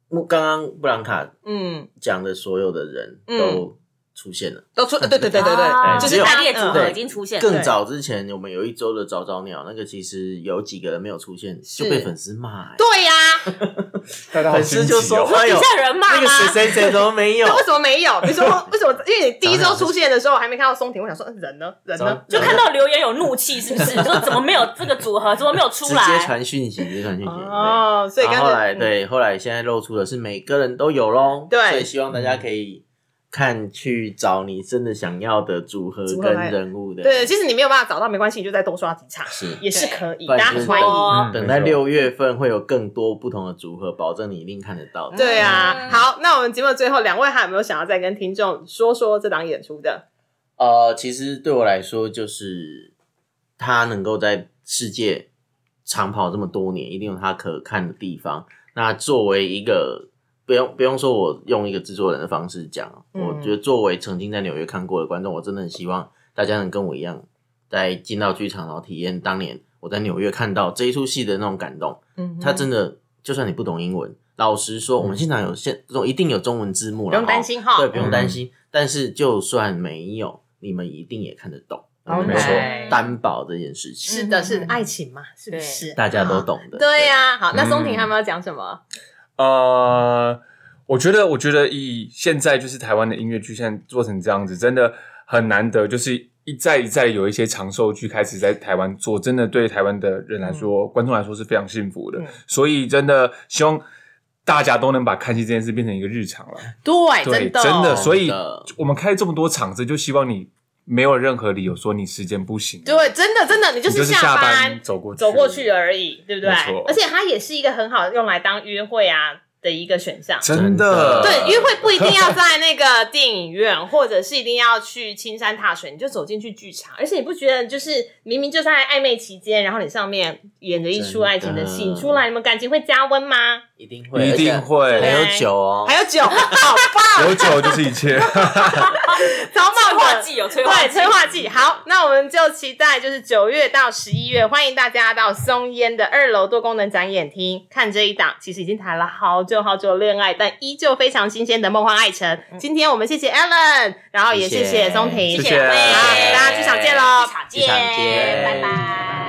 目刚刚布兰卡
嗯，
讲的所有的人都出现了。
都出，对对对对对，
啊
对
就
只
是
有
排列组合
对
已经出现了，
更早之前，我们有一周的早早鸟，那个其实有几个人没有出现，
是
就被粉丝骂、欸。
对呀、
大家好
粉
心
丝
急
就说：“
哦，
哎呦
底，下有人骂
那个谁
吗？
谁谁怎么没有
那为什么没 有？你说为什么？因为你第一周出现的时候，我还没看到松田，我想说嗯人呢？人呢？
就看到留言有怒气，是不 是？说怎么没有这个组合，怎么没有？”出
直
来？
接传讯息，直接传讯息。对
哦，所以
然
刚
后后来
才
对，后来现在露出的是每个人都有喽，
对
所以希望大家可以看去找你真的想要的组合
组合
跟
来
人物的，
嗯对，，其实你没有办法找到没关系，你就再多刷几场
是
也是可以，
不
大
然
家
就是
欢
等
迎。
哦
嗯
等待
没错
六月份会有更多不同的组合，保证你一定看得到的。
对啊，
嗯
好，那我们节目的最后，两位还有没有想要再跟听众说说这档演出的？
呃，其实对我来说，就是他能够在世界长跑这么多年，一定有他可看的地方。那作为一个不用不用说，我用一个制作人的方式讲，
嗯
我觉得作为曾经在纽约看过的观众，我真的很希望大家能跟我一样，在进到剧场，然后体验当年我在纽约看到这一出戏的那种感动。
嗯，
他真的，就算你不懂英文，老实说，我们现场有现这种一定有中文字幕了，
不用担
哦
心哈。
对，不用
嗯
担心。但是就算没有，你们一定也看得懂。
OK
没错
对，
担保这件事情，
是的，是的爱情嘛，是不是？
大家都。懂的。
对啊呀，好，那
嗯
松婷还有没有讲什么？
呃，我觉得，我觉得以现在就是台湾的音乐剧现在做成这样子，真的很难得，就是一再一再有一些长寿剧开始在台湾做，真的对台湾的人来说，观众来说是非常幸福的。
嗯
所以真的希望大家都能把看戏这件事变成一个日常了。
对，
对，
哎的，哦
真的，所以
真的
我们开这么多场子，就希望你没有任何理由说你时间不行，
对，真的，真的，你就
你就是是
下
班走过
走过去，而已，对不对
没错？
而且它也是一个很好用来当约会啊的一个选项。
真
真的
的，
对，约会不一定要在那个电影院，或者是一定要去青山踏水，你就走进去剧场。而且你不觉得，就是明明就在暧昧期间，然后你上面演着一出爱情的戏，
真的
你出来你们感情会加温吗？
一定会，
一定会
而且还有酒哦，
还有酒，好棒，
有酒就是 一切。
超
催
棒
化
的。
剂有催化
对，
剂，
催化剂。好，那我们就期待就是九月到十一月，欢迎大家到松烟的二楼多功能展演厅看这一档，其实已经谈了好久好久恋爱，但依旧非常新鲜的梦幻爱城。今天我们谢谢 Alan，然后也谢
谢谢
松婷，
谢谢
好，大家剧场见喽，
剧场
剧场见
见，拜拜。